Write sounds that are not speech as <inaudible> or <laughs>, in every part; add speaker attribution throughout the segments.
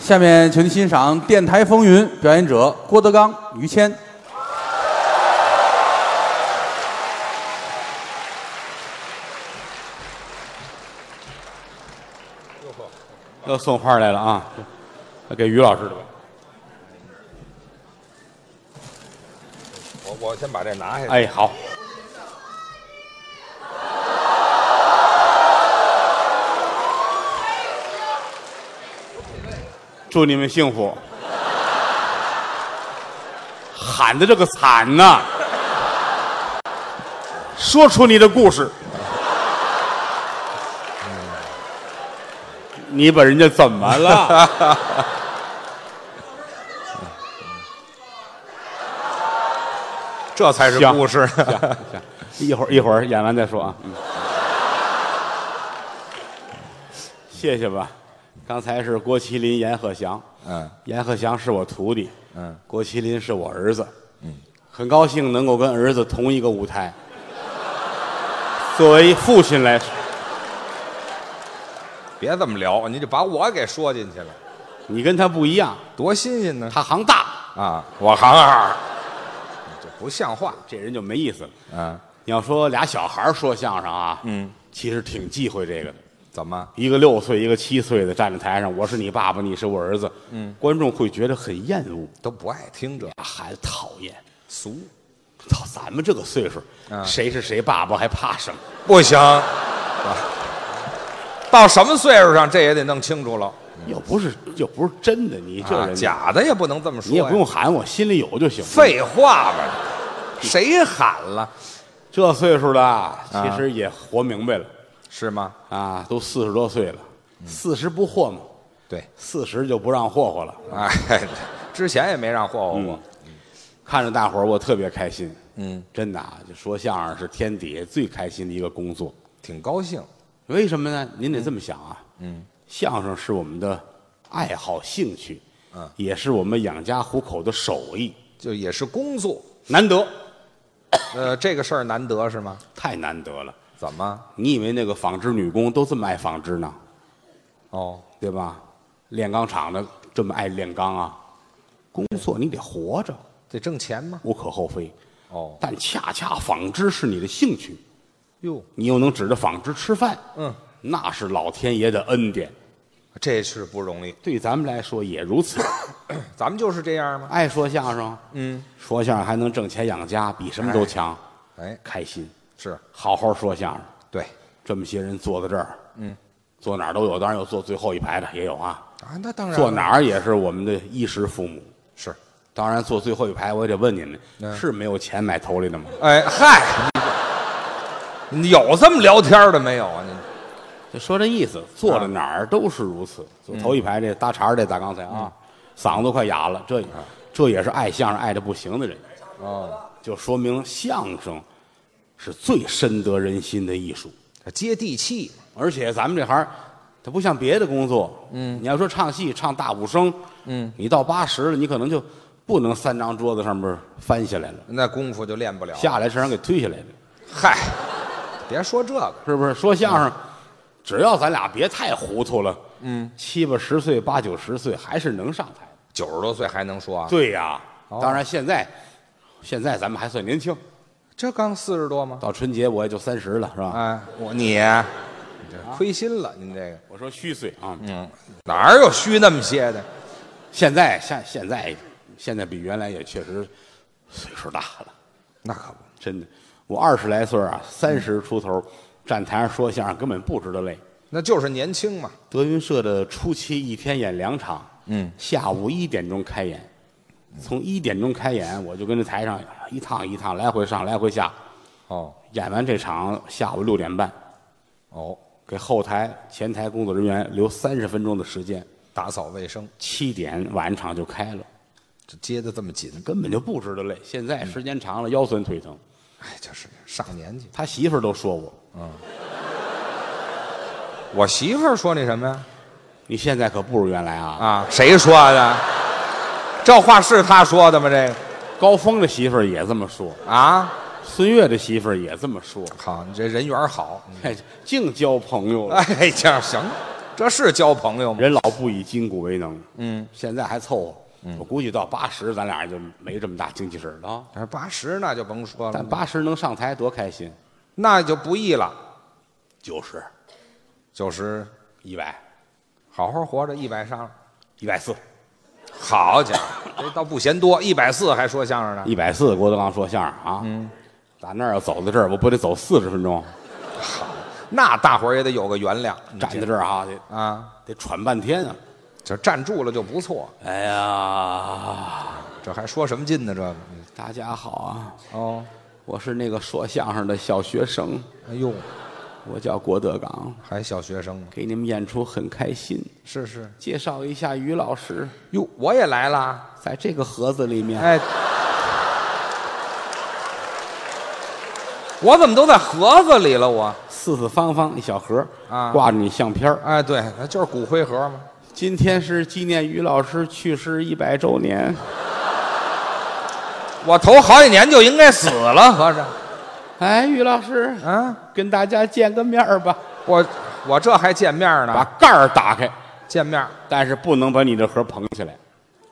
Speaker 1: 下面，请您欣赏《电台风云》表演者郭德纲、于谦。
Speaker 2: 又送花来了啊，给于老师的吧。
Speaker 3: 我我先把这拿下来。
Speaker 2: 哎，好，祝你们幸福。喊的这个惨呐、说出你的故事。你把人家怎么
Speaker 3: <laughs>
Speaker 2: 了？
Speaker 3: 这才是
Speaker 2: 行
Speaker 3: 故事。
Speaker 2: 一会儿一会儿演完再说啊。嗯，谢谢吧。刚才是郭麒麟、阎鹤祥，
Speaker 3: 嗯
Speaker 2: 阎鹤祥是我徒弟，
Speaker 3: 嗯，
Speaker 2: 郭麒麟是我儿子，嗯，很高兴能够跟儿子同一个舞台。作为父亲来说，
Speaker 3: 别这么聊，你就把我给说进去了，
Speaker 2: 你跟他不一样，
Speaker 3: 多新鲜呢！
Speaker 2: 他行大，
Speaker 3: 啊，我行二，这不像话。
Speaker 2: 这人就没意思了。
Speaker 3: 嗯，
Speaker 2: 你要说俩小孩儿说相声啊，嗯，其实挺忌讳这个的。
Speaker 3: 怎么？
Speaker 2: 一个六岁，一个七岁的站在台上，我是你爸爸，你是我儿子，嗯，观众会觉得很厌恶，
Speaker 3: 都不爱听这
Speaker 2: 俩孩子讨厌。
Speaker 3: 俗，
Speaker 2: 到咱们这个岁数，谁是谁爸爸还怕什么？
Speaker 3: 不行。啊到什么岁数上，这也得弄清楚了。
Speaker 2: 又不是又不是真的，你这
Speaker 3: 啊
Speaker 2: 人，
Speaker 3: 假的也不能这么说
Speaker 2: 你
Speaker 3: 呀。
Speaker 2: 也不用喊我，心里有就行。
Speaker 3: 废话吧，谁喊了？
Speaker 2: 这岁数的，啊
Speaker 3: 啊
Speaker 2: 其实也活明白了
Speaker 3: 是吗？
Speaker 2: 啊，都四十多岁了，
Speaker 3: 嗯
Speaker 2: 四十不惑嘛，
Speaker 3: 对，
Speaker 2: 四十就不让霍霍了。
Speaker 3: 哎， <laughs> 之前也没让霍霍过。
Speaker 2: 看着大伙儿，我特别开心。嗯，真的啊，就说相声是天底下最开心的一个工作。
Speaker 3: 挺高兴。
Speaker 2: 为什么呢？您得这么想啊。嗯，相声是我们的爱好、兴趣，
Speaker 3: 嗯，
Speaker 2: 也是我们养家糊口的手艺，
Speaker 3: 就也是工作，
Speaker 2: 难得，
Speaker 3: 呃，这个事儿难得是吗？
Speaker 2: 太难得了。
Speaker 3: 怎么？
Speaker 2: 你以为那个纺织女工都这么爱纺织呢？
Speaker 3: 哦，
Speaker 2: 对吧？炼钢厂的这么爱炼钢啊？工作你得活着，
Speaker 3: 得挣钱吗？
Speaker 2: 无可厚非。
Speaker 3: 哦，
Speaker 2: 但恰恰纺织是你的兴趣，
Speaker 3: 哟，
Speaker 2: 你又能指着纺织吃饭，
Speaker 3: 嗯，
Speaker 2: 那是老天爷的恩典。
Speaker 3: 这是不容易，
Speaker 2: 对咱们来说也如此。
Speaker 3: 咱们就是这样吗？
Speaker 2: 爱说相声，嗯，说相声还能挣钱养家，比什么都强，
Speaker 3: 哎，
Speaker 2: 开心，
Speaker 3: 是
Speaker 2: 好好说相声。
Speaker 3: 对
Speaker 2: 这么些人坐在这儿，嗯，坐哪儿都有，当然有坐最后一排的，也有啊。
Speaker 3: 啊，那当然了
Speaker 2: 坐哪儿也是我们的衣食父母。
Speaker 3: 是，
Speaker 2: 当然，坐最后一排，我也得问你们，是没有钱买头里的吗？
Speaker 3: 哎嗨，你有这么聊天的没有啊？你
Speaker 2: 就说这意思，嗯坐在哪儿都是如此。坐头一排这搭茬儿这大刚才啊，嗓子都快哑了，这这也是爱相声爱的不行的人，
Speaker 3: 哦，
Speaker 2: 就说明相声是最深得人心的艺术。
Speaker 3: 接地气，
Speaker 2: 而且咱们这行儿，它不像别的工作，嗯，你要说唱戏、唱大武生，嗯，你到八十了，你可能就不能三张桌子上面翻下来了，
Speaker 3: 那功夫就练不了。
Speaker 2: 下来是让人给推下来的，
Speaker 3: 嗨，别说这个，
Speaker 2: 是不是？说相声，只要咱俩别太糊涂了，嗯，七八十岁、八九十岁还是能上台。
Speaker 3: 九十多岁还能说啊？
Speaker 2: 对呀，
Speaker 3: 哦
Speaker 2: 当然现在，现在咱们还算年轻，
Speaker 3: 这刚四十多吗？
Speaker 2: 到春节我也就三十了，是吧？
Speaker 3: 哎，我你，你这亏心了，您这个，
Speaker 2: 我说虚岁啊，
Speaker 3: 嗯，哪儿有虚那么些的？
Speaker 2: 现在现现在现在比原来也确实岁数大了。
Speaker 3: 那可不，
Speaker 2: 真的，我二十来岁儿啊，三十出头，站台上说相声根本不知道累。
Speaker 3: 那就是年轻嘛。
Speaker 2: 德云社的初期一天演两场，嗯，下午一点钟开演，从一点钟开演，我就跟着台上一趟一趟来回上来回下，
Speaker 3: 哦
Speaker 2: 演完这场下午六点半，
Speaker 3: 哦，
Speaker 2: 给后台前台工作人员留三十分钟的时间，
Speaker 3: 打扫卫生，
Speaker 2: 七点晚场就开了，
Speaker 3: 这接的这么紧，
Speaker 2: 根本就不知道累。现在时间长了腰酸腿疼，
Speaker 3: 哎，就是上年纪。
Speaker 2: 他媳妇儿都说我，
Speaker 3: 我媳妇儿说那什么呀？
Speaker 2: 你现在可不如原来啊。
Speaker 3: 啊，谁说的？这话是她说的吗？这个
Speaker 2: 高峰的媳妇儿也这么说。
Speaker 3: 啊，
Speaker 2: 孙越的媳妇儿也这么说，嗯 <laughs>
Speaker 3: 好，你这人缘好。
Speaker 2: 哎，净交朋友了。
Speaker 3: 哎，这样行，这是交朋友吗？
Speaker 2: 人老不以筋骨为能，嗯，现在还凑合。我估计到八十，咱俩就没这么大经济事儿了啊。
Speaker 3: 哎八十那就甭说了
Speaker 2: 但，八十能上台多开心！
Speaker 3: 那就不易了。
Speaker 2: 九十、
Speaker 3: 九十，
Speaker 2: 一百、
Speaker 3: 好好活着，一百上了。
Speaker 2: 一百四、
Speaker 3: 好家伙，这倒不嫌多，一百四还说相声呢。
Speaker 2: 一百四，郭德纲说相声啊。嗯，打那儿要走到这儿，我不得走四十分钟？
Speaker 3: 那大伙儿也得有个原谅，
Speaker 2: 站在这儿啊，得
Speaker 3: 啊，
Speaker 2: 得喘半天啊！
Speaker 3: 就站住了就不错。
Speaker 2: 哎呀，
Speaker 3: 这还说什么劲呢？这个
Speaker 2: 大家好啊，
Speaker 3: 哦，
Speaker 2: 我是那个说相声的小学生，
Speaker 3: 哎呦，
Speaker 2: 我叫郭德纲，
Speaker 3: 还小学生呢。
Speaker 2: 给你们演出很开心。
Speaker 3: 是是，
Speaker 2: 介绍一下于老师，
Speaker 3: 哟，我也来啦。
Speaker 2: 在这个盒子里面，
Speaker 3: 哎，我怎么都在盒子里了？我
Speaker 2: 四四方方一小盒，
Speaker 3: 啊
Speaker 2: 挂着你相片儿
Speaker 3: 哎，对，那就是骨灰盒嘛。
Speaker 2: 今天是纪念于老师去世一百周年，
Speaker 3: 我头好几年就应该死了，合着
Speaker 2: 哎，于老师，
Speaker 3: 啊，
Speaker 2: 跟大家见个面儿吧，
Speaker 3: 我我这还见面
Speaker 2: 把
Speaker 3: 呢，
Speaker 2: 盖儿打开，
Speaker 3: 见面，
Speaker 2: 但是不能把你这盒捧起来。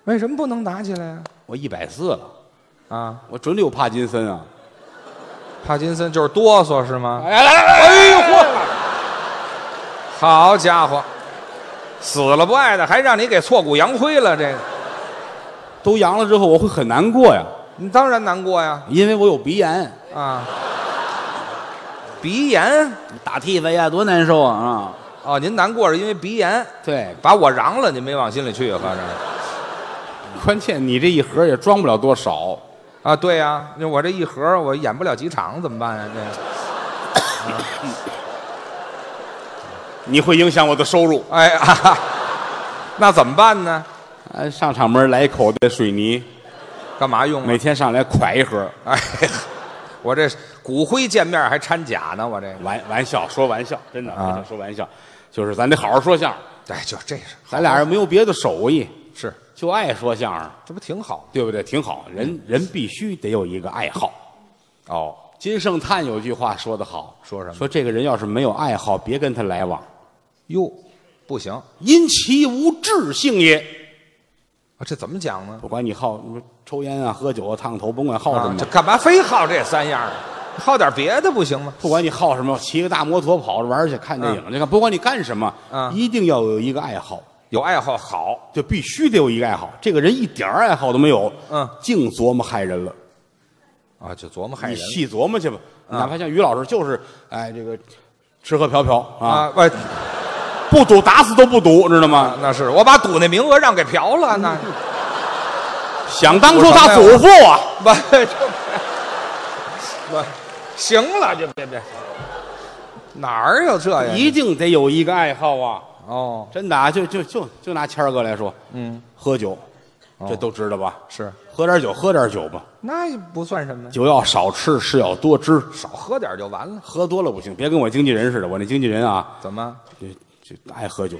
Speaker 3: 为什么不能拿起来呀、
Speaker 2: 我一百四了，
Speaker 3: 啊？
Speaker 2: 我准有帕金森啊！
Speaker 3: 帕金森就是哆嗦是吗？
Speaker 2: 哎来来来，哎呦嚯！
Speaker 3: 哎好家伙，死了不爱的，还让你给挫骨扬灰了，这个
Speaker 2: 都阳了之后，我会很难过呀，
Speaker 3: 你当然难过呀
Speaker 2: 因为我有鼻炎，
Speaker 3: 啊！鼻炎
Speaker 2: 打嚏子呀，多难受啊啊！
Speaker 3: 哦，您难过是因为鼻炎，
Speaker 2: 对，
Speaker 3: 把我瓤了，您没往心里去，合啊着
Speaker 2: 关键你这一盒也装不了多少，
Speaker 3: 啊？对呀、那我这一盒我演不了几场怎么办啊呀？这个
Speaker 2: 你会影响我的收入。
Speaker 3: 哎啊哈， <laughs> 那怎么办呢？
Speaker 2: 啊，上场门来一口袋水泥，
Speaker 3: 干嘛用啊
Speaker 2: <laughs> 每？天上来蒯一盒。
Speaker 3: 哎， <laughs> 我这骨灰见面还掺假呢，我这
Speaker 2: 玩玩笑，说玩笑，真的，
Speaker 3: 啊
Speaker 2: 说玩笑，就是咱得好好说相声。
Speaker 3: 哎就这是
Speaker 2: 咱俩人没有别的手艺，
Speaker 3: 是
Speaker 2: 就爱说相声，
Speaker 3: 这不挺好
Speaker 2: 对不对？挺好，人人必须得有一个爱好。
Speaker 3: 哦？
Speaker 2: 金圣叹有句话说得好，
Speaker 3: 说什么
Speaker 2: 说这个人要是没有爱好，别跟他来往，
Speaker 3: 哟，不行啊，
Speaker 2: 因其无志性也。
Speaker 3: 这怎么讲呢？
Speaker 2: 不管你好你说抽烟啊、喝酒啊、烫头，甭管好什
Speaker 3: 啊
Speaker 2: 么，，
Speaker 3: 这干嘛非好这三样啊？好点别的不行吗？
Speaker 2: 不管你好什么，骑个大摩托跑着玩儿去、看电影去，看不管你干什么，
Speaker 3: 嗯
Speaker 2: 一定要有一个爱好。
Speaker 3: 有爱好好，
Speaker 2: 就必须得有一个爱好，这个人一点儿爱好都没有，
Speaker 3: 嗯
Speaker 2: 净琢磨害人了。
Speaker 3: 啊，就琢磨害
Speaker 2: 你
Speaker 3: 人啊
Speaker 2: 细琢磨去吧，哪怕像于老师就是，哎，这个吃喝嫖嫖啊，
Speaker 3: 啊！喂，
Speaker 2: 不赌打死都不赌，知道吗？
Speaker 3: 那是我把赌那名额让给嫖了， <laughs> 那
Speaker 2: 想当初他祖父啊，
Speaker 3: 不这不 <laughs> 行了，就别别，哪儿有这呀？
Speaker 2: 一定得有一个爱好啊，
Speaker 3: 哦，
Speaker 2: 真的啊，就就就就拿谦儿哥来说，嗯，喝酒，
Speaker 3: 哦
Speaker 2: 这都知道吧？
Speaker 3: 是
Speaker 2: 喝点酒，喝点酒吧，
Speaker 3: 那也不算什么，
Speaker 2: 酒要少吃，吃要多吃，
Speaker 3: 少喝点就完了。
Speaker 2: 喝多了不行，别跟我经纪人似的，我那经纪人啊，
Speaker 3: 怎么？
Speaker 2: 就就爱喝酒。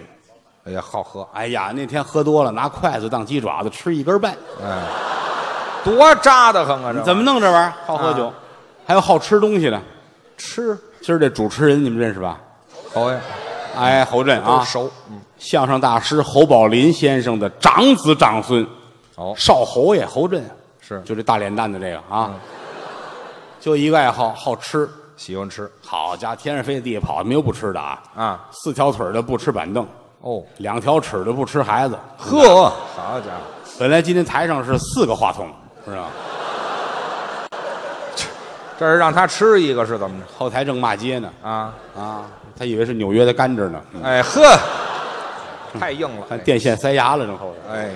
Speaker 3: 哎呀，好喝，
Speaker 2: 哎呀，那天喝多了，拿筷子当鸡爪子吃一根半，
Speaker 3: 哎，多扎的很啊！这
Speaker 2: 怎么弄这玩意儿？好喝酒，还有好吃东西的。
Speaker 3: 吃？
Speaker 2: 今儿这主持人你们认识吧？
Speaker 3: 好呀，
Speaker 2: 哎，侯震
Speaker 3: 都
Speaker 2: 啊，
Speaker 3: 熟，嗯，
Speaker 2: 相声大师侯宝林先生的长子长孙，
Speaker 3: 哦，
Speaker 2: 少侯爷侯震，啊
Speaker 3: 是
Speaker 2: 就这大脸蛋子这个
Speaker 3: 嗯
Speaker 2: 啊，就一个爱好，好吃。
Speaker 3: 喜欢吃
Speaker 2: 好家伙，天上飞地下跑，没有不吃的啊！
Speaker 3: 啊，
Speaker 2: 四条腿儿的不吃板凳，
Speaker 3: 哦，
Speaker 2: 两条尺的不吃孩子。
Speaker 3: 呵，好家伙！
Speaker 2: 本来今天台上是四个话筒，知道吗？
Speaker 3: 这是让他吃一个是怎么着
Speaker 2: 后台正骂街呢
Speaker 3: 啊？
Speaker 2: 啊！他以为是纽约的甘蔗呢，嗯
Speaker 3: 哎呵，太硬了，
Speaker 2: 看电线塞牙了，正后头。
Speaker 3: 哎呀，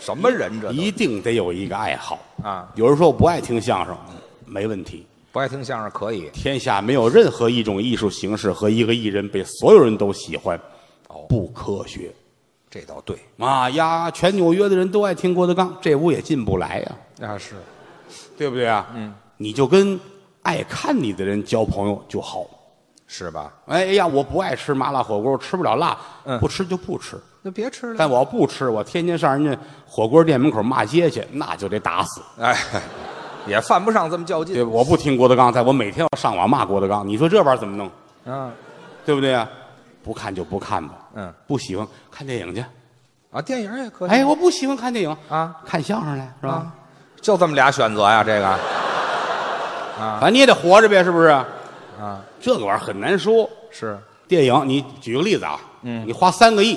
Speaker 3: 什么人这都
Speaker 2: 一定得有一个爱好
Speaker 3: 啊！
Speaker 2: 有人说我不爱听相声，没问题。
Speaker 3: 不爱听相声可以
Speaker 2: 天下没有任何一种艺术形式和一个艺人被所有人都喜欢，
Speaker 3: 哦，
Speaker 2: 不科学
Speaker 3: 这倒对，
Speaker 2: 啊呀！全纽约的人都爱听郭德纲，这屋也进不来呀、
Speaker 3: 那啊是
Speaker 2: 对不对啊？嗯，你就跟爱看你的人交朋友就好。
Speaker 3: 是吧？
Speaker 2: 哎呀，我不爱吃麻辣火锅，吃不了辣，
Speaker 3: 嗯
Speaker 2: 不吃就不吃。
Speaker 3: 那别吃了，
Speaker 2: 但我要不吃，我天天上人家火锅店门口骂街去，那就得打死。
Speaker 3: 哎，也犯不上这么较
Speaker 2: 对，
Speaker 3: 劲
Speaker 2: 我不听郭德纲，但我每天要上网骂郭德纲，你说这玩意儿怎么弄？
Speaker 3: 啊！
Speaker 2: 对不对啊？不看就不看吧，
Speaker 3: 嗯
Speaker 2: 不喜欢看电影去。
Speaker 3: 啊，电影也可以。
Speaker 2: 哎，我不喜欢看电影
Speaker 3: 啊，
Speaker 2: 看相声来是吧
Speaker 3: 啊？，就这么俩选择呀，这个
Speaker 2: 反正你也得活着呗，是不是？
Speaker 3: 啊
Speaker 2: 这个玩意儿很难说。
Speaker 3: <laughs> 是
Speaker 2: 电影，你举个例子啊，嗯，你花三个亿，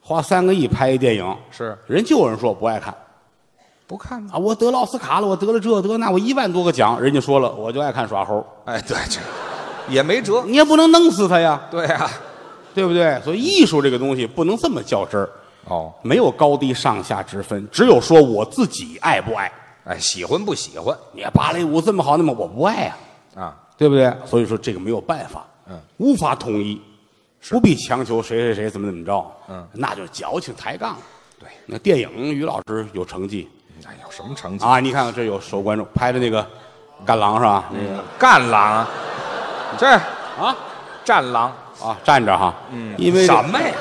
Speaker 2: 花三个亿拍一电影，
Speaker 3: 是
Speaker 2: 人就有人说不爱看
Speaker 3: 不看
Speaker 2: 啊，我得了奥斯卡了，我得了这得那，我一万多个奖，人家说了，我就爱看耍猴，
Speaker 3: 哎，对，这也没辙。
Speaker 2: 你也不能弄死他呀，
Speaker 3: <laughs> 对啊呀、
Speaker 2: 对不对？所以艺术这个东西不能这么较真儿，
Speaker 3: 哦，
Speaker 2: 没有高低上下之分，只有说我自己爱不爱。
Speaker 3: 哎，喜欢不喜欢
Speaker 2: 你看芭蕾舞这么好，那么我不爱呀、
Speaker 3: 啊？
Speaker 2: 对不对？所以说这个没有办法，嗯，无法统一，不必强求谁谁谁怎么怎么着，嗯，那就是矫情抬杠。
Speaker 3: 对，
Speaker 2: 那电影于老师有成绩
Speaker 3: 哎，有什么成绩？
Speaker 2: 啊，你看看这有首观众拍的那个《干狼》是吧？那个
Speaker 3: 干 <laughs> 狼，啊这
Speaker 2: 啊
Speaker 3: 战狼
Speaker 2: 啊，站着哈，嗯，因为
Speaker 3: 什么呀？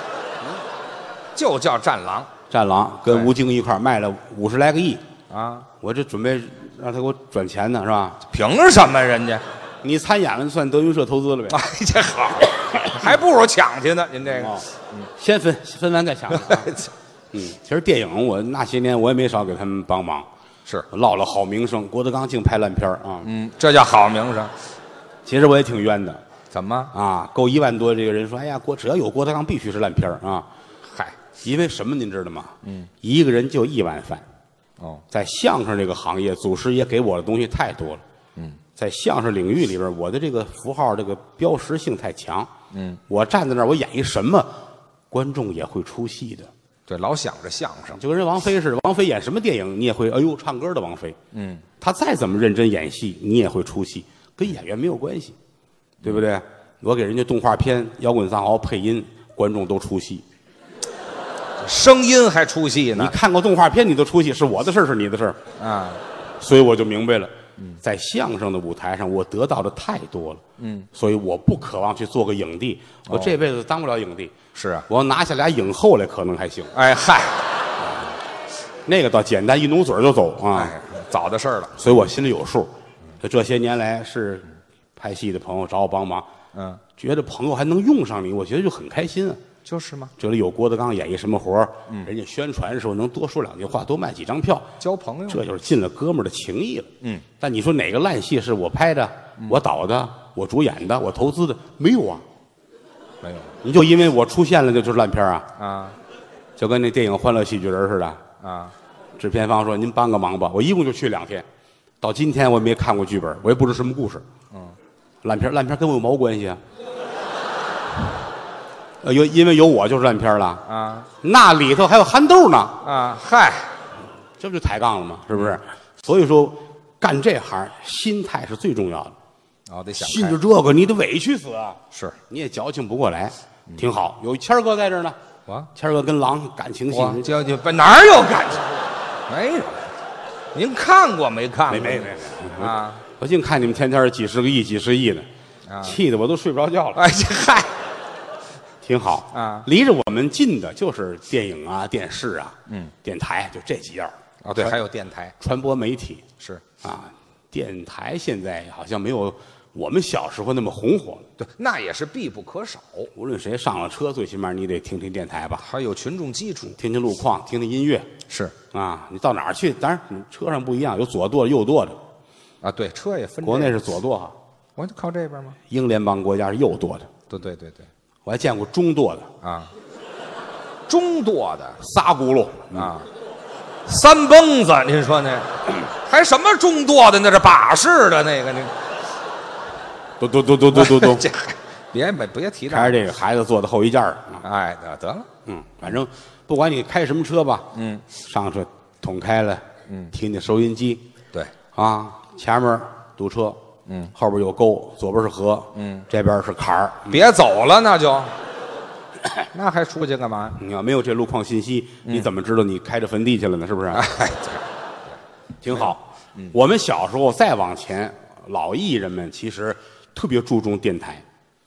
Speaker 3: 就叫战狼
Speaker 2: 战狼跟吴京一块儿卖了五十来个亿，
Speaker 3: 啊？
Speaker 2: 我这准备让他给我转钱呢，是吧？
Speaker 3: 凭什么人家？
Speaker 2: 你参演了算德云社投资了呗？
Speaker 3: <laughs> 哎，这好，还不如抢去呢。您这个
Speaker 2: 哦，先分分完再想啊。嗯，其实电影我那些年我也没少给他们帮忙。
Speaker 3: <laughs> 是，
Speaker 2: 落了好名声。郭德纲净拍烂片儿啊，
Speaker 3: 嗯，这叫好名声。
Speaker 2: 其实我也挺冤的
Speaker 3: 怎么？
Speaker 2: 啊，够一万多这个人说，哎呀，郭只要有郭德纲必须是烂片儿啊，
Speaker 3: 嗨，
Speaker 2: 因为什么您知道吗？嗯，一个人就一碗饭，
Speaker 3: 哦，
Speaker 2: 在相声这个行业，祖师爷给我的东西太多了。嗯，在相声领域里边，我的这个符号这个标识性太强。嗯，我站在那儿，我演一什么，观众也会出戏的。
Speaker 3: 对，老想着相声。
Speaker 2: 就跟人王菲似的，王菲演什么电影你也会，哎呦，唱歌的王菲，嗯，她再怎么认真演戏，你也会出戏，跟演员没有关系，对不对？我给人家动画片《摇滚藏獒》配音，观众都出戏。
Speaker 3: 声音还出戏
Speaker 2: 你
Speaker 3: 呢
Speaker 2: 看过动画片，你都出戏，是我的事儿，是你的事儿，
Speaker 3: 啊！嗯
Speaker 2: 所以我就明白了，在相声的舞台上，我得到的太多了，嗯，所以我不渴望去做个影帝，我这辈子当不了影帝，
Speaker 3: 哦是啊，
Speaker 2: 我要拿下俩影后来可能还行，
Speaker 3: 哎嗨，
Speaker 2: 那个倒简单，一努嘴儿就走啊。
Speaker 3: 哎，早的事儿了。
Speaker 2: 所以我心里有数。就这些年来是拍戏的朋友找我帮忙，
Speaker 3: 嗯，
Speaker 2: 觉得朋友还能用上你，我觉得就很开心啊。
Speaker 3: 就是嘛，
Speaker 2: 觉得有郭德纲演一什么活儿，人家宣传的时候能多说两句话，多卖几张票，
Speaker 3: 交朋友。
Speaker 2: 这就是尽了哥们儿的情谊了。嗯，但你说哪个烂戏是我拍的、我导的、我主演的、我投资的？没有啊！
Speaker 3: 没有
Speaker 2: 你就因为我出现了，那就是烂片儿啊，
Speaker 3: 啊
Speaker 2: 就跟那电影《欢乐喜剧人》似的。
Speaker 3: 啊，
Speaker 2: 制片方说：“您帮个忙吧，我一共就去两天，到今天我也没看过剧本，我也不知什么故事。”嗯，烂片儿，烂片儿跟我有毛关系啊？ <laughs> 呃，有因为有我就是烂片儿了，
Speaker 3: 啊
Speaker 2: 那里头还有憨豆呢，
Speaker 3: 啊！嗨，
Speaker 2: 这不就抬杠了吗？是不是？所以说，干这行心态是最重要的。
Speaker 3: 哦，得想
Speaker 2: 信
Speaker 3: 开
Speaker 2: 着这个，你得委屈死啊！嗯
Speaker 3: 是
Speaker 2: 你也矫情不过来，挺好。有谦儿哥在这儿呢，
Speaker 3: 我
Speaker 2: 谦儿哥跟狼感情戏，
Speaker 3: 我就就不哪儿有感情？没有，您看过没看过？
Speaker 2: 没没没没
Speaker 3: 啊！
Speaker 2: 我净看你们天天几十个亿、几十亿的，
Speaker 3: 啊
Speaker 2: 气得我都睡不着觉了。
Speaker 3: 哎这嗨，
Speaker 2: 挺好
Speaker 3: 啊
Speaker 2: 离着我们近的就是电影啊、电视啊、嗯、电台，就这几样儿
Speaker 3: 哦对，还有电台
Speaker 2: 传播媒体
Speaker 3: 是
Speaker 2: 啊，电台现在好像没有我们小时候那么红火了。
Speaker 3: 对，那也是必不可少。
Speaker 2: 无论谁上了车，最起码你得听听电台吧，
Speaker 3: 还有群众基础
Speaker 2: 听听路况，听听音乐
Speaker 3: 是
Speaker 2: 啊。你到哪儿去？当然，你车上不一样，有左舵、右舵的。
Speaker 3: 啊，对，车也分这个。
Speaker 2: 国内是左舵哈，
Speaker 3: 我就靠这边吗？
Speaker 2: 英联邦国家是右舵的。
Speaker 3: 对对对对，
Speaker 2: 我还见过中舵的，
Speaker 3: 啊，中舵的
Speaker 2: 仨轱辘
Speaker 3: 啊，三蹦子，您说
Speaker 2: <clears throat>
Speaker 3: 那还什么中舵的？那是把式的那个那个，
Speaker 2: 嘟嘟嘟嘟嘟嘟嘟
Speaker 3: <laughs>
Speaker 2: <laughs>
Speaker 3: 这，还别别别提这
Speaker 2: 开
Speaker 3: 儿，
Speaker 2: 着这个孩子坐在后一架儿啊。
Speaker 3: 哎，得得了，
Speaker 2: 嗯，反正不管你开什么车吧，嗯，上车捅开了，嗯，听听收音机
Speaker 3: 对，
Speaker 2: 啊，前面堵车，嗯，后边有沟，左边是河，嗯，这边是坎儿。
Speaker 3: 别走了那
Speaker 2: <coughs>
Speaker 3: 就，那还出去干嘛呀？
Speaker 2: 你要没有这路况信息，你怎么知道你开着坟地去了呢？是不是？
Speaker 3: 哎，对
Speaker 2: 挺好。我们小时候再往前，老艺人们其实特别注重电台。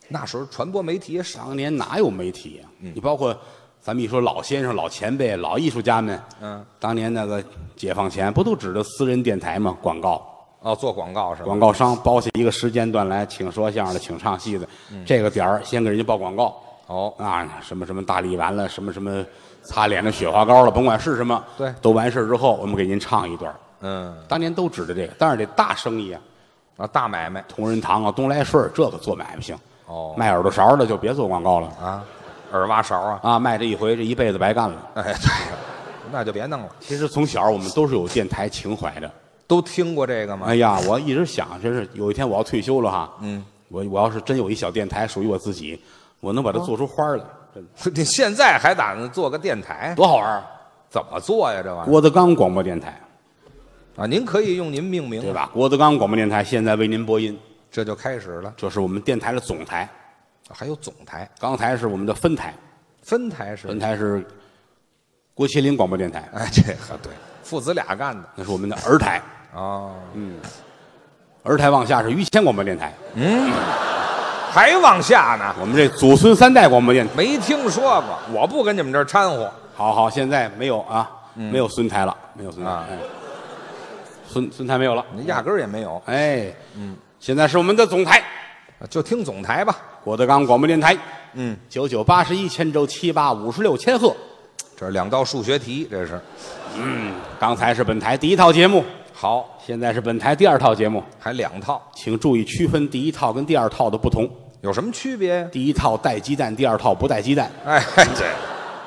Speaker 3: 那时候传播媒体也少，
Speaker 2: 当年哪有媒体啊？你包括咱们一说老先生、老前辈、老艺术家们，
Speaker 3: 嗯，
Speaker 2: 当年那个解放前不都指着私人电台吗？广告，
Speaker 3: 哦，做广告是吧？
Speaker 2: 广告商包下一个时间段来，请说相声的，请唱戏的，这个点儿先给人家报广告，
Speaker 3: 哦，
Speaker 2: 啊，什么什么大力丸了，什么什么擦脸的雪花膏了，甭管是什么，
Speaker 3: 对
Speaker 2: 都完事儿之后，我们给您唱一段儿。
Speaker 3: 嗯，
Speaker 2: 当年都指着这个，但是得大生意啊，
Speaker 3: 啊，大买卖
Speaker 2: 同仁堂啊，东来顺儿这个做买卖行，
Speaker 3: 哦
Speaker 2: 卖耳朵勺的就别做广告了
Speaker 3: 啊，耳挖勺啊，
Speaker 2: 啊，卖这一回这一辈子白干了。
Speaker 3: 哎，对，那就别弄了。
Speaker 2: 其实从小我们都是有电台情怀的。
Speaker 3: 都听过这个吗？
Speaker 2: 哎呀，我一直想，真是有一天我要退休了哈，嗯，我我要是真有一小电台属于我自己，我能把它做出花儿来，真的
Speaker 3: 你现在还打算做个电台？
Speaker 2: 多好玩儿啊！
Speaker 3: 怎么做呀？这玩意
Speaker 2: 郭德纲广播电台，
Speaker 3: 儿啊，您可以用您命名
Speaker 2: 对，吧？郭德纲广播电台现在为您播音，
Speaker 3: 这就开始了。
Speaker 2: 这是我们电台的总台，
Speaker 3: 还有总台、
Speaker 2: 刚台是我们的分台，
Speaker 3: 分台是
Speaker 2: 分，台是郭麒麟广播电台，
Speaker 3: 哎，这个对，父子俩干的
Speaker 2: 那是我们的儿台，
Speaker 3: 哦，
Speaker 2: 儿台往下是于谦广播电台，
Speaker 3: 还往下呢，
Speaker 2: 我们这祖孙三代广播电台。
Speaker 3: 没听说过，我不跟你们这儿掺和。
Speaker 2: 好好，现在没有啊，没有孙台了，没有孙台，
Speaker 3: 嗯啊嗯
Speaker 2: 哎孙孙台没有了，
Speaker 3: 你压根儿也没有，
Speaker 2: 哎，嗯，现在是我们的总台，
Speaker 3: 就听总台吧。
Speaker 2: 郭德纲广播电台，
Speaker 3: 嗯，
Speaker 2: 九九八十一千州七八五十六千赫。
Speaker 3: 这是两道数学题，这是
Speaker 2: 刚才是本台第一套节目，
Speaker 3: 好，
Speaker 2: 现在是本台第二套节目，
Speaker 3: 还两套，
Speaker 2: 请注意区分第一套跟第二套的不同。
Speaker 3: 有什么区别呀？
Speaker 2: 第一套带鸡蛋，第二套不带鸡蛋。
Speaker 3: 哎，这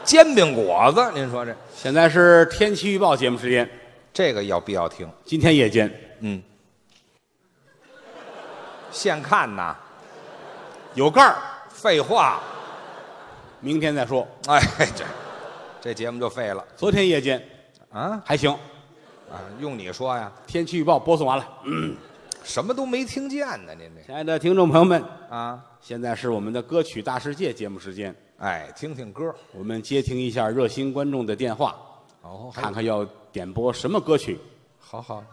Speaker 3: 煎饼果子，您说这
Speaker 2: 现在是天气预报节目时间，
Speaker 3: 这个要必要听，
Speaker 2: 今天夜间
Speaker 3: 嗯现看呐。
Speaker 2: 有盖儿，
Speaker 3: 废话，
Speaker 2: 明天再说。
Speaker 3: 哎，这这节目就废了
Speaker 2: 昨天夜间
Speaker 3: 啊
Speaker 2: 还行，
Speaker 3: 啊！用你说呀，
Speaker 2: 天气预报播送完了。
Speaker 3: 什么都没听见呢，您这
Speaker 2: 亲爱的听众朋友们，
Speaker 3: 啊，
Speaker 2: 现在是我们的歌曲大世界节目时间，
Speaker 3: 哎，听听歌
Speaker 2: 我们接听一下热心观众的电话。
Speaker 3: 哦
Speaker 2: 看看要点播什么歌曲。
Speaker 3: 好啊好，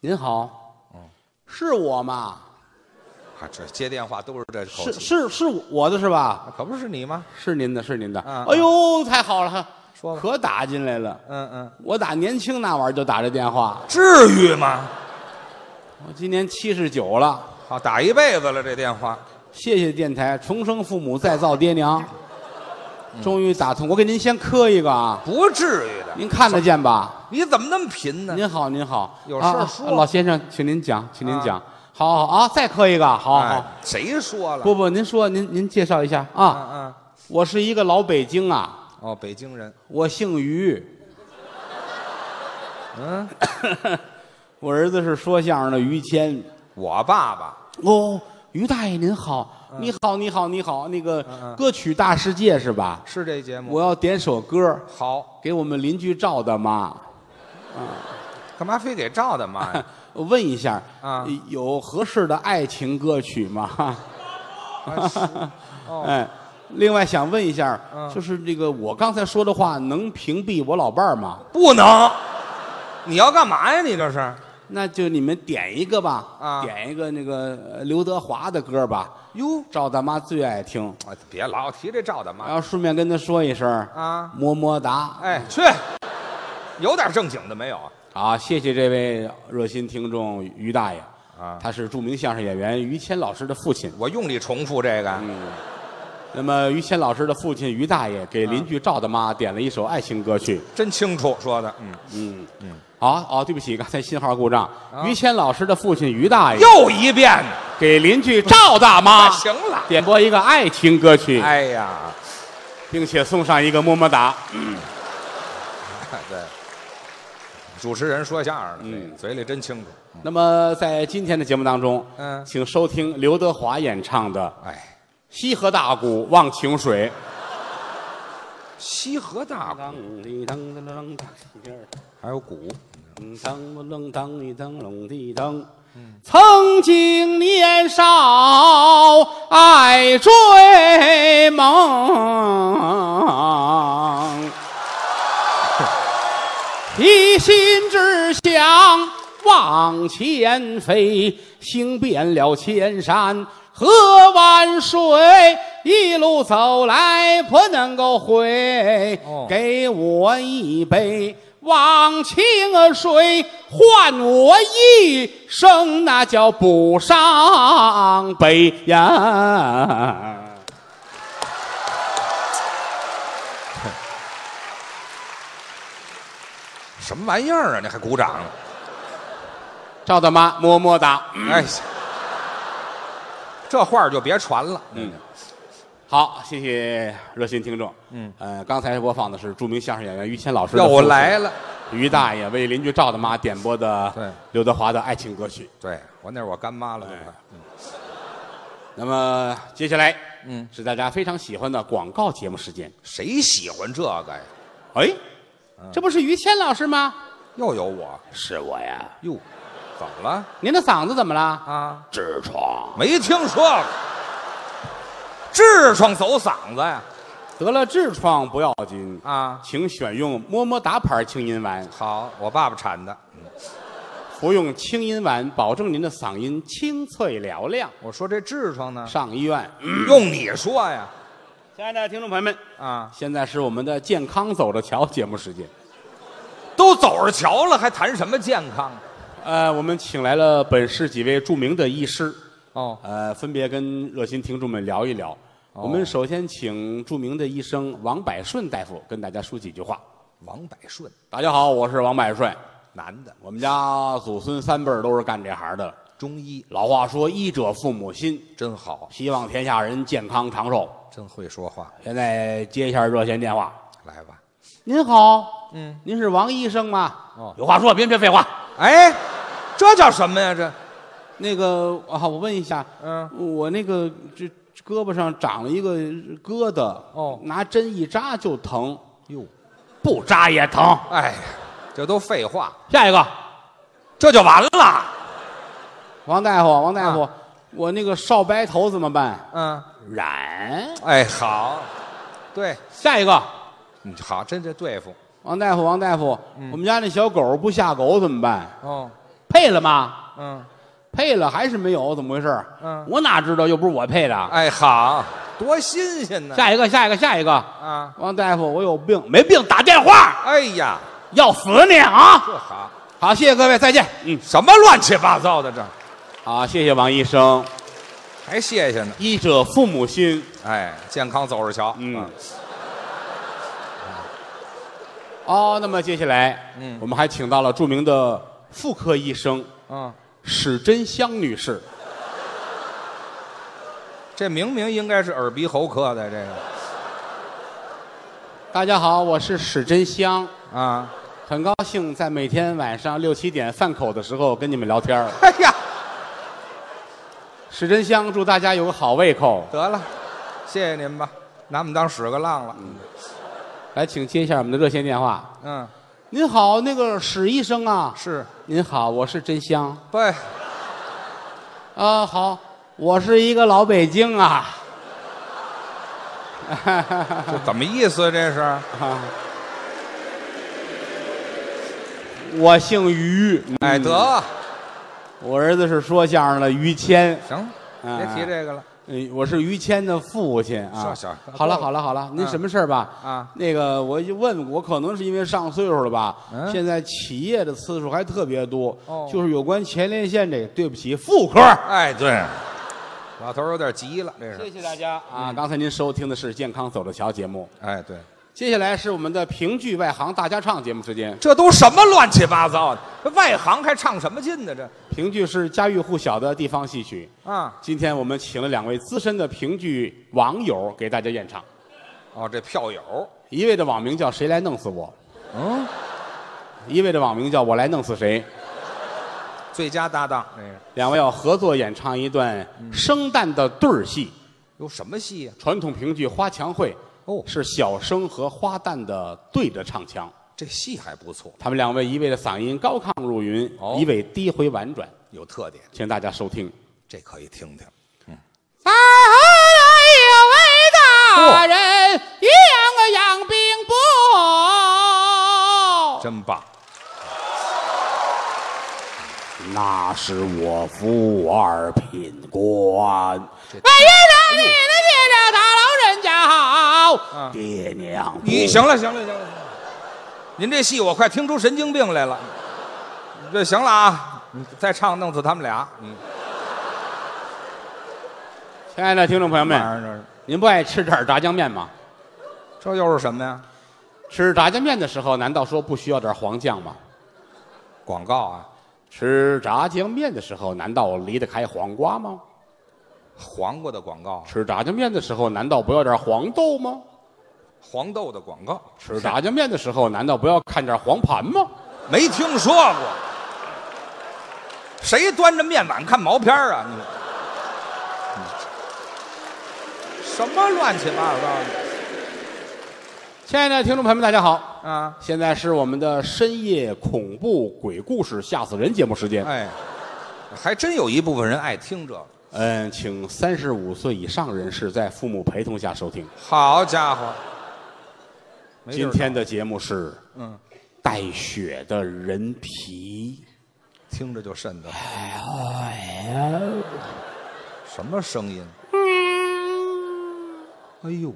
Speaker 2: 您好，是我吗？
Speaker 3: 啊，这接电话都是这口
Speaker 2: 是
Speaker 3: 气，
Speaker 2: 是是我的是吧？
Speaker 3: 啊可不是你吗？
Speaker 2: 是您的，是您的。
Speaker 3: 嗯嗯
Speaker 2: 哎呦，太好了，
Speaker 3: 说吧
Speaker 2: 可打进来了。
Speaker 3: 嗯嗯，
Speaker 2: 我打年轻那玩意儿就打这电话，
Speaker 3: 至于吗？
Speaker 2: 我今年七十九了，
Speaker 3: 好，打一辈子了这电话，
Speaker 2: 谢谢电台，重生父母，再造爹娘，
Speaker 3: 嗯
Speaker 2: 终于打通。我给您先磕一个啊，
Speaker 3: 不至于的。
Speaker 2: 您看得见吧？
Speaker 3: 你怎么那么贫呢？
Speaker 2: 您好，您好，
Speaker 3: 有事儿
Speaker 2: 啊啊
Speaker 3: 说
Speaker 2: 老先生，请您讲，请您
Speaker 3: 啊
Speaker 2: 讲。好好啊，再磕一个，好好。
Speaker 3: 哎，谁说了？
Speaker 2: 不不，您说，您您介绍一下啊。
Speaker 3: 嗯嗯，
Speaker 2: 我是一个老北京啊，
Speaker 3: 哦，北京人，
Speaker 2: 我姓于，
Speaker 3: 嗯，
Speaker 2: 我儿子是说相声的于谦。
Speaker 3: 我爸爸，
Speaker 2: 哦，于大爷您好，你好，你好，你好，那个
Speaker 3: 嗯嗯
Speaker 2: 歌曲大世界是吧？
Speaker 3: 是这节目。
Speaker 2: 我要点首歌
Speaker 3: 好，
Speaker 2: 给我们邻居赵大妈。
Speaker 3: 干嘛非给赵大妈呀？
Speaker 2: 我问一下，
Speaker 3: 啊
Speaker 2: 有合适的爱情歌曲吗？ <laughs>
Speaker 3: 啊是哦
Speaker 2: 哎，另外想问一下，
Speaker 3: 嗯
Speaker 2: 就是这个我刚才说的话能屏蔽我老伴儿吗？
Speaker 3: <laughs> 不能。你要干嘛呀？你这是？
Speaker 2: 那就你们点一个吧，
Speaker 3: 啊
Speaker 2: 点一个那个呃刘德华的歌吧，
Speaker 3: 哟，
Speaker 2: 赵大妈最爱听。
Speaker 3: 哎别老提这赵大
Speaker 2: 然
Speaker 3: 妈
Speaker 2: 后顺便跟她说一声
Speaker 3: 啊！
Speaker 2: 么么哒。
Speaker 3: 哎，去，有点正经的没有啊？
Speaker 2: 好，谢谢这位热心听众于大爷，
Speaker 3: 啊
Speaker 2: 他是著名相声演员于谦老师的父亲。
Speaker 3: 我用力重复这个，
Speaker 2: 那么于谦老师的父亲于大爷给邻居赵大妈点了一首爱情歌曲。
Speaker 3: 真清楚说的。嗯，
Speaker 2: 好，哦，对不起，刚才信号故障。于谦老师的父亲于大爷
Speaker 3: 又一遍呢。
Speaker 2: 给邻居赵大妈
Speaker 3: 行了。
Speaker 2: 点播一个爱情歌曲，
Speaker 3: 哎呀，
Speaker 2: 并且送上一个么么哒。
Speaker 3: <laughs> 对，嗯主持人说相声的，这个嘴里真清楚。
Speaker 2: 那么在今天的节目当中，
Speaker 3: 嗯
Speaker 2: 请收听刘德华演唱的《
Speaker 3: 哎，
Speaker 2: 西河大鼓忘情水
Speaker 3: 西河大》鼓。还有鼓，
Speaker 2: 嗯曾经年少爱追梦，一心只想往前飞，行遍了千山和万水，一路走来不能够回。
Speaker 3: 哦
Speaker 2: 给我一杯忘情水，换我一生，那叫不伤悲呀。
Speaker 3: 什么玩意儿啊？你还鼓掌呢？
Speaker 2: 赵大妈么么哒，
Speaker 3: 哎，这话儿就别传了。
Speaker 2: 嗯，好，谢谢热心听众。嗯，呃，刚才播放的是著名相声演员于谦老师的
Speaker 3: 要我
Speaker 2: 父亲
Speaker 3: 来了，
Speaker 2: 于大爷为邻居赵大妈点播的
Speaker 3: 对
Speaker 2: 刘德华的爱情歌曲。
Speaker 3: 对我那是我干妈了，对吧？
Speaker 2: 那么接下来，嗯，是大家非常喜欢的广告节目时间。
Speaker 3: 谁喜欢这个呀？
Speaker 2: 哎，
Speaker 3: 嗯
Speaker 2: 这不是于谦老师吗？
Speaker 3: 又有我
Speaker 2: 是我呀。
Speaker 3: 哟，怎么了
Speaker 2: 您的嗓子怎么了？
Speaker 3: 啊？
Speaker 2: 痔疮，
Speaker 3: 没听说过，痔疮走嗓子呀？
Speaker 2: 得了痔疮不要紧
Speaker 3: 啊
Speaker 2: 请选用么么哒牌清音丸，
Speaker 3: 好，我爸爸产的。
Speaker 2: 服用清音丸保证您的嗓音清脆嘹亮。
Speaker 3: 我说这痔疮呢，
Speaker 2: 上医院，
Speaker 3: 用你说呀？
Speaker 2: 亲爱的听众朋友们，
Speaker 3: 啊，
Speaker 2: 现在是我们的健康走着瞧节目时间。
Speaker 3: 都走着瞧了，还谈什么健康？啊
Speaker 2: 呃，我们请来了本市几位著名的医师，
Speaker 3: 哦，
Speaker 2: 呃，分别跟热心听众们聊一聊。我们首先请著名的医生王百顺大夫跟大家说几句话。
Speaker 3: 王百顺，
Speaker 2: 大家好，我是王百顺，
Speaker 3: 男的，
Speaker 2: 我们家祖孙三辈儿都是干这行的。
Speaker 3: 中医，
Speaker 2: 老话说“医者父母心
Speaker 3: 真好”，，
Speaker 2: 希望天下人健康长寿。
Speaker 3: 真会说话。
Speaker 2: 现在接一下热线电话。
Speaker 3: 来吧，
Speaker 2: 您好，嗯，您是王医生吗？
Speaker 3: 哦
Speaker 2: 有话说，别别废话。
Speaker 3: 哎，这叫什么呀？这
Speaker 2: 那个啊，我问一下，
Speaker 3: 嗯
Speaker 2: 我那个这胳膊上长了一个疙瘩，
Speaker 3: 哦
Speaker 2: 拿针一扎就疼，
Speaker 3: 哟，
Speaker 2: 不扎也疼。
Speaker 3: 哎呀，这都废话，
Speaker 2: 下一个，
Speaker 3: 这就完了。
Speaker 2: 王大夫，王大夫，我那个少白头怎么办？
Speaker 3: 嗯，
Speaker 2: 染。
Speaker 3: 哎，好，对，
Speaker 2: 下一个，
Speaker 3: 嗯，好，真这对付。
Speaker 2: 王大夫，王大夫，我们家那小狗不下狗怎么办？
Speaker 3: 哦，
Speaker 2: 配了吗？
Speaker 3: 嗯，
Speaker 2: 配了还是没有？怎么回事？
Speaker 3: 嗯
Speaker 2: 我哪知道？又不是我配的。
Speaker 3: 哎，好，多新鲜呢。
Speaker 2: 下一个，下一个，下一个。
Speaker 3: 啊，
Speaker 2: 王大夫，我有病，没病打电话，
Speaker 3: 哎呀，
Speaker 2: 要死你啊！
Speaker 3: 这好，
Speaker 2: 好，谢谢各位，再见。嗯，
Speaker 3: 什么乱七八糟的这，
Speaker 2: 好，谢谢王医生。
Speaker 3: 还谢谢呢。
Speaker 2: 医者父母心，
Speaker 3: 哎，健康走着瞧。啊
Speaker 2: 嗯。哦，那么接下来，嗯，我们还请到了著名的妇科医生
Speaker 3: 嗯，
Speaker 2: 史珍香女士。
Speaker 3: 这明明应该是耳鼻喉科的这个
Speaker 2: 大家好，我是史珍香，
Speaker 3: 啊。
Speaker 2: 很高兴在每天晚上六七点饭口的时候跟你们聊天儿。
Speaker 3: <laughs> 哎呀，
Speaker 2: 史珍香，祝大家有个好胃口。
Speaker 3: <laughs> 得了，谢谢您吧，拿我们当屎壳郎了。
Speaker 2: 来，请接一下我们的热线电话。
Speaker 3: 嗯，
Speaker 2: 您好，那个史医生啊，
Speaker 3: 是，
Speaker 2: 您好，我是真香
Speaker 3: 不，
Speaker 2: 啊、好，我是一个老北京啊，
Speaker 3: 这怎么意思？这 <laughs> 是？
Speaker 2: 我姓于，
Speaker 3: 哎，得，
Speaker 2: 我儿子是说相声的于谦，
Speaker 3: 行，
Speaker 2: 嗯
Speaker 3: 别提这个了。
Speaker 2: 嗯，我是于谦的父亲啊。
Speaker 3: 是是
Speaker 2: 好了好了好了，您
Speaker 3: 嗯
Speaker 2: 什么事儿吧？
Speaker 3: 啊
Speaker 2: 那个我一问，我可能是因为上岁数了吧，
Speaker 3: 嗯
Speaker 2: 现在起夜的次数还特别多，
Speaker 3: 哦
Speaker 2: 就是有关前列腺这个，对不起，妇科。
Speaker 3: 哎，对，老头儿有点急了，这是。
Speaker 2: 谢大家啊！刚才您收听的是《健康走着瞧》节目，
Speaker 3: 哎，对，
Speaker 2: 接下来是我们的评剧外行大家唱节目时间。
Speaker 3: 这都什么乱七八糟的？这外行还唱什么劲呢？这
Speaker 2: 评剧是家喻户晓的地方戏曲。
Speaker 3: 啊，
Speaker 2: 今天我们请了两位资深的评剧网友给大家演唱，
Speaker 3: 哦，这票友，
Speaker 2: 一位的网名叫“谁来弄死我
Speaker 3: 嗯，”，
Speaker 2: 一位的网名叫“我来弄死谁
Speaker 3: 最佳搭档，这是”。
Speaker 2: 两位要合作演唱一段生旦的对儿戏，
Speaker 3: 有什么戏呀？啊
Speaker 2: 传统评剧《花墙会》
Speaker 3: 哦
Speaker 2: 是小生和花旦的对着唱腔。
Speaker 3: 这戏还不错，
Speaker 2: 他们两位，一位的嗓音高亢入云，
Speaker 3: 哦
Speaker 2: 一位低回婉转，
Speaker 3: 有特点，
Speaker 2: 请大家收听。
Speaker 3: 这可以听听。
Speaker 2: 哎有位哎大人，养养病不？
Speaker 3: 真棒！
Speaker 2: 那是我夫二品官。
Speaker 3: 这
Speaker 2: 哎呀，你的爹娘大老人家好，
Speaker 3: 嗯
Speaker 2: 爹娘不
Speaker 3: 你行了，行了，行了，行了您这戏我快听出神经病来了。这行了啊，你再唱弄死他们俩。嗯，
Speaker 2: 亲爱的听众朋友
Speaker 3: 晚
Speaker 2: 们，
Speaker 3: 上这
Speaker 2: 您不爱吃点炸酱面吗？
Speaker 3: 这又是什么呀？
Speaker 2: 吃炸酱面的时候，难道说不需要点黄酱吗？
Speaker 3: 广告啊，
Speaker 2: 吃炸酱面的时候，难道离得开黄瓜吗？
Speaker 3: 黄瓜的广告，
Speaker 2: 吃炸酱面的时候，难道不要点黄豆吗？
Speaker 3: 黄豆的广告，
Speaker 2: 吃炸酱面的时候，难道不要看点黄盘吗？
Speaker 3: 没听说过。谁端着面碗看毛片儿啊？你你什么乱七八糟
Speaker 2: 亲爱的听众朋友们，大家好，
Speaker 3: 的啊？
Speaker 2: 现在是我们的深夜恐怖鬼故事吓死人节目时间。
Speaker 3: 哎，还真有一部分人爱听这个。
Speaker 2: 嗯，请三十五岁以上人士在父母陪同下收听。
Speaker 3: 好家伙，没地
Speaker 2: 今
Speaker 3: 儿
Speaker 2: 天的节目是
Speaker 3: 嗯，
Speaker 2: 带血的人皮。
Speaker 3: 听着就瘆得。慌。
Speaker 2: 哎
Speaker 3: 什么声音？哎呦，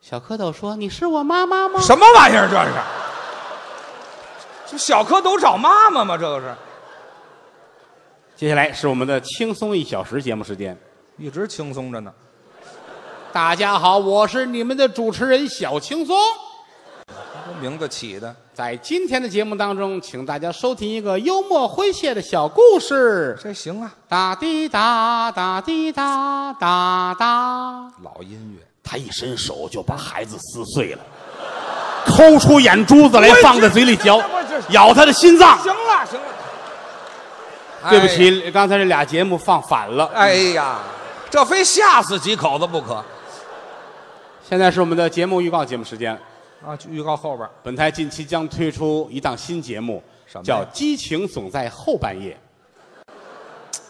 Speaker 2: 小蝌蚪说：“你是我妈妈吗
Speaker 3: 什么玩意儿这是？这小蝌蚪找妈妈吗？这个是？”
Speaker 2: 接下来是我们的轻松一小时节目时间。
Speaker 3: 一直轻松着呢。
Speaker 2: 大家好，我是你们的主持人小轻松。
Speaker 3: 这名字起的
Speaker 2: 在今天的节目当中，请大家收听一个幽默诙谐的小故事。
Speaker 3: 这行啊，
Speaker 2: 哒滴哒哒滴哒哒哒。
Speaker 3: 老音乐。
Speaker 2: 他一伸手就把孩子撕碎了，抠出眼珠子来
Speaker 3: 我
Speaker 2: 放在嘴里嚼
Speaker 3: 这这这，
Speaker 2: 咬他的心脏。
Speaker 3: 行了行了，
Speaker 2: 对不起，刚才这俩节目放反了。
Speaker 3: 哎哎。哎呀，这非吓死几口子不可
Speaker 2: 现在是我们的节目预告节目时间，
Speaker 3: 啊！预告后边儿
Speaker 2: 本台近期将推出一档新节目
Speaker 3: 什，么呀
Speaker 2: 叫《激情总在后半夜》，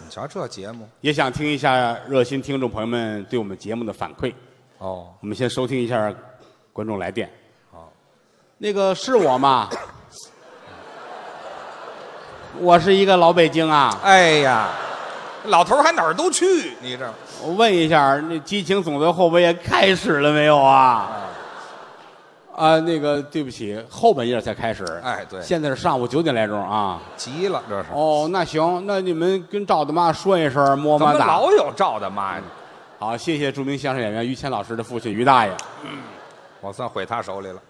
Speaker 3: 你瞧这节目
Speaker 2: 也想听一下热心听众朋友们对我们节目的反馈。
Speaker 3: 哦，
Speaker 2: 我们先收听一下观众来电。
Speaker 3: 好，
Speaker 2: 那个是
Speaker 3: <laughs>
Speaker 2: 我吗？我是一个老北京啊。
Speaker 3: 哎呀，老头儿还哪儿都去，你这
Speaker 2: 我问一下，那激情总在后半夜开始了没有啊？啊，那个对不起，后半夜才开始。
Speaker 3: 哎对哎
Speaker 2: 现在是上午九点来钟啊。
Speaker 3: 急了这是。
Speaker 2: 哦，那行，那你们跟赵大妈说一声，么
Speaker 3: 怎么
Speaker 2: 么哒。
Speaker 3: 老有赵大妈呀？
Speaker 2: 好，谢谢著名相声演员于谦老师的父亲于大爷。
Speaker 3: 我算毁他手里了。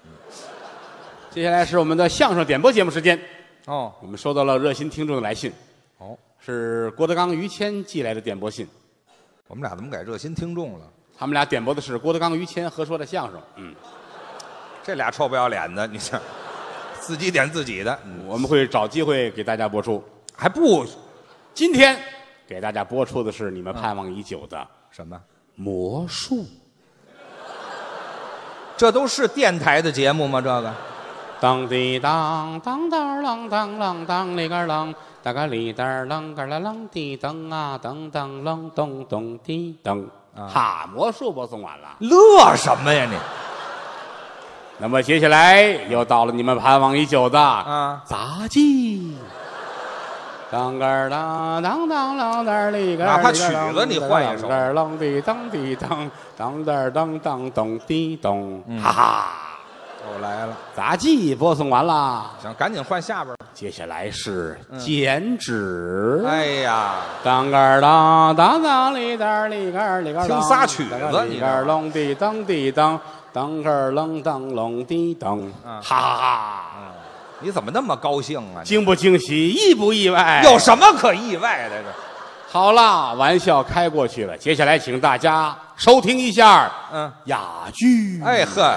Speaker 2: 接下来是我们的相声点播节目时间，
Speaker 3: 哦
Speaker 2: 我们收到了热心听众的来信，
Speaker 3: 哦，
Speaker 2: 是郭德纲、于谦寄来的点播信。
Speaker 3: 我们俩怎么改热心听众了？
Speaker 2: 他们俩点播的是郭德纲、于谦合说的相声。嗯，
Speaker 3: 这俩臭不要脸的，你这 <laughs> 自己点自己的，嗯
Speaker 2: 我们会找机会给大家播出。
Speaker 3: 还不
Speaker 2: 今天给大家播出的是你们盼望已久的
Speaker 3: 什么？
Speaker 2: 魔术。
Speaker 3: 这都是电台的节目吗？这个
Speaker 2: 当滴当当当啷当啷当里个啷，哒个里哒啷个啦啷滴当啊当当啷咚咚滴当。哈，魔术播送完了。
Speaker 3: 乐什么呀你？
Speaker 2: 那么接下来又到了你们盼望已久的
Speaker 3: 啊
Speaker 2: 杂技。当个儿当当当啷当里个儿，
Speaker 3: 哪怕曲子你换一首
Speaker 2: 当个儿啷滴当滴当，当个儿当当咚滴咚，
Speaker 3: 嗯
Speaker 2: 哈哈！
Speaker 3: 又来了，
Speaker 2: 杂技播送完了，
Speaker 3: 行，赶紧换下边儿。
Speaker 2: 接下来是
Speaker 3: 嗯
Speaker 2: 剪纸。
Speaker 3: 哎呀，
Speaker 2: 当个儿当当当里当里个儿里个儿啷，
Speaker 3: 听仨曲子
Speaker 2: 当个儿里个儿啷滴当滴当，当个儿啷当啷滴当，哈
Speaker 3: 嗯
Speaker 2: 哈哈！
Speaker 3: 你怎么那么高兴啊？你
Speaker 2: 惊不惊喜，意不意外？
Speaker 3: 有什么可意外的？这
Speaker 2: 好啦，玩笑开过去了，接下来请大家收听一下
Speaker 3: 嗯，
Speaker 2: 哑剧。
Speaker 3: 哎呵，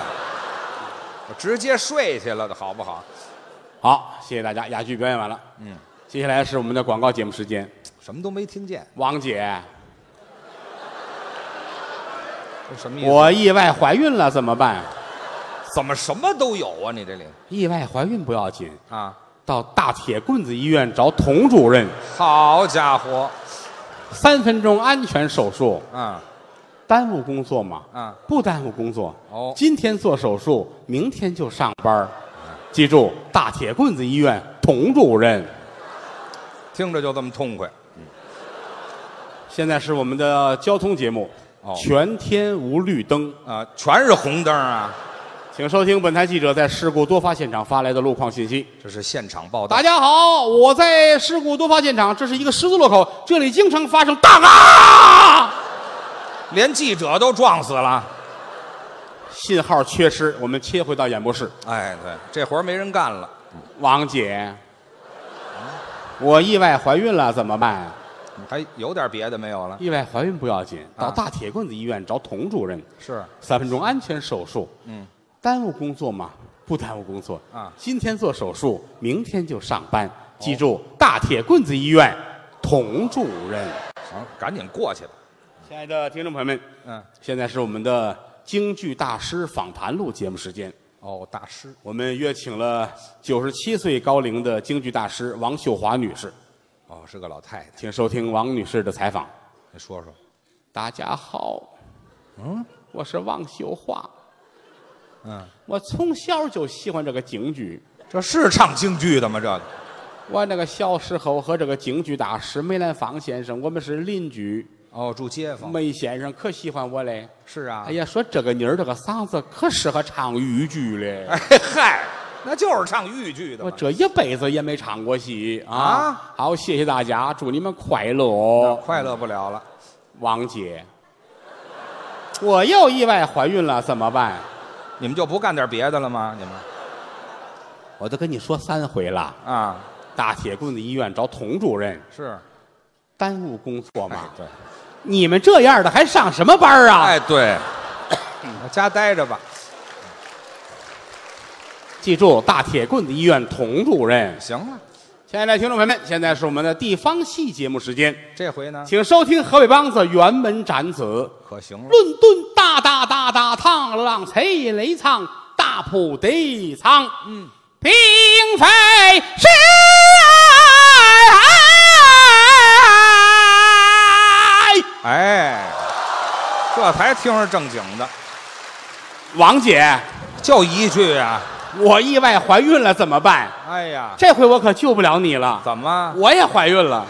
Speaker 3: 我直接睡去了，好不好？
Speaker 2: 好，谢谢大家，哑剧表演完了。嗯，接下来是我们的广告节目时间，
Speaker 3: 什么都没听见，
Speaker 2: 王姐，
Speaker 3: 这什么意思？
Speaker 2: 我意外怀孕了，怎么办？
Speaker 3: 怎么什么都有啊？你这里
Speaker 2: 意外怀孕不要紧，
Speaker 3: 啊，
Speaker 2: 到大铁棍子医院找童主任，
Speaker 3: 好家伙，
Speaker 2: 三分钟安全手术，
Speaker 3: 啊
Speaker 2: 耽误工作吗？
Speaker 3: 啊，
Speaker 2: 不耽误工作。
Speaker 3: 哦
Speaker 2: 今天做手术，明天就上班儿。记住，大铁棍子医院童主任。
Speaker 3: 听着就这么痛快。
Speaker 2: 现在是我们的交通节目，
Speaker 3: 哦
Speaker 2: 全天无绿灯，
Speaker 3: 啊，全是红灯啊！
Speaker 2: 请收听本台记者在事故多发现场发来的路况信息。
Speaker 3: 这是现场报道
Speaker 2: 大。家好，我在事故多发现场，这是一个十字路口，这里经常发生大啊！
Speaker 3: 连记者都撞死了。
Speaker 2: 信号缺失，我们切回到演播室。
Speaker 3: 哎，对，这活儿没人干了，
Speaker 2: 王姐，我意外怀孕了，怎么办？
Speaker 3: 还有点别的没有了？
Speaker 2: 意外怀孕不要紧，
Speaker 3: 啊
Speaker 2: 到大铁棍子医院找童主任，
Speaker 3: 是，
Speaker 2: 三分钟安全手术。嗯，耽误工作吗？不耽误工作
Speaker 3: 啊
Speaker 2: 今天做手术，明天就上班。记住，大铁棍子医院，童主任。
Speaker 3: 行，赶紧过去吧。
Speaker 2: 亲爱的听众朋友们，
Speaker 3: 嗯，
Speaker 2: 现在是我们的京剧大师访谈录节目时间。
Speaker 3: 哦，大师，
Speaker 2: 我们约请了九十七岁高龄的京剧大师王秀华女士，
Speaker 3: 哦，是个老太太，
Speaker 2: 请收听王女士的采访。
Speaker 3: 你说说，
Speaker 2: 大家好，嗯，我是王秀华，
Speaker 3: 嗯，
Speaker 2: 我从小就喜欢这个京剧。
Speaker 3: 这是唱京剧的吗？这个
Speaker 2: 我那个小时候和这个京剧大师梅兰芳先生，我们是邻居。
Speaker 3: 哦，住街坊
Speaker 2: 梅先生可喜欢我嘞，
Speaker 3: 是啊
Speaker 2: 哎。呀，说这个妮儿这个嗓子可适合唱豫剧嘞。
Speaker 3: 哎嗨，那就是唱豫剧的
Speaker 2: 我
Speaker 3: 嘛。
Speaker 2: 这一辈子也没唱过戏啊！
Speaker 3: 啊
Speaker 2: 好，谢谢大家，祝你们快乐。
Speaker 3: 哦
Speaker 2: 哦
Speaker 3: 快乐不了了，
Speaker 2: 王姐，我又意外怀孕了，怎么办？
Speaker 3: 你们就不干点别的了吗？你们
Speaker 2: 我都跟你说三回了，
Speaker 3: 啊，
Speaker 2: 大铁棍子医院找童主任，
Speaker 3: 是
Speaker 2: 耽误工作嘛？
Speaker 3: 啊对，
Speaker 2: 哎你们这样的还上什么班儿啊？
Speaker 3: 哎对，家待着吧。
Speaker 2: 记住，大铁棍子医院童主任。
Speaker 3: 行了，
Speaker 2: 亲爱的听众朋友们，现在是我们的地方戏节目时间，
Speaker 3: 这回呢
Speaker 2: 请收听河北梆子辕门斩子
Speaker 3: 可行了。
Speaker 2: 论吨大大大大趟了浪贼雷唱大铺的仓，嗯，并非是。
Speaker 3: 哎，这才听着正经的，
Speaker 2: 王姐，
Speaker 3: 就一句啊。
Speaker 2: 我意外怀孕了怎么办？
Speaker 3: 哎呀，
Speaker 2: 这回我可救不了你了，
Speaker 3: 怎么？
Speaker 2: 我也怀孕了。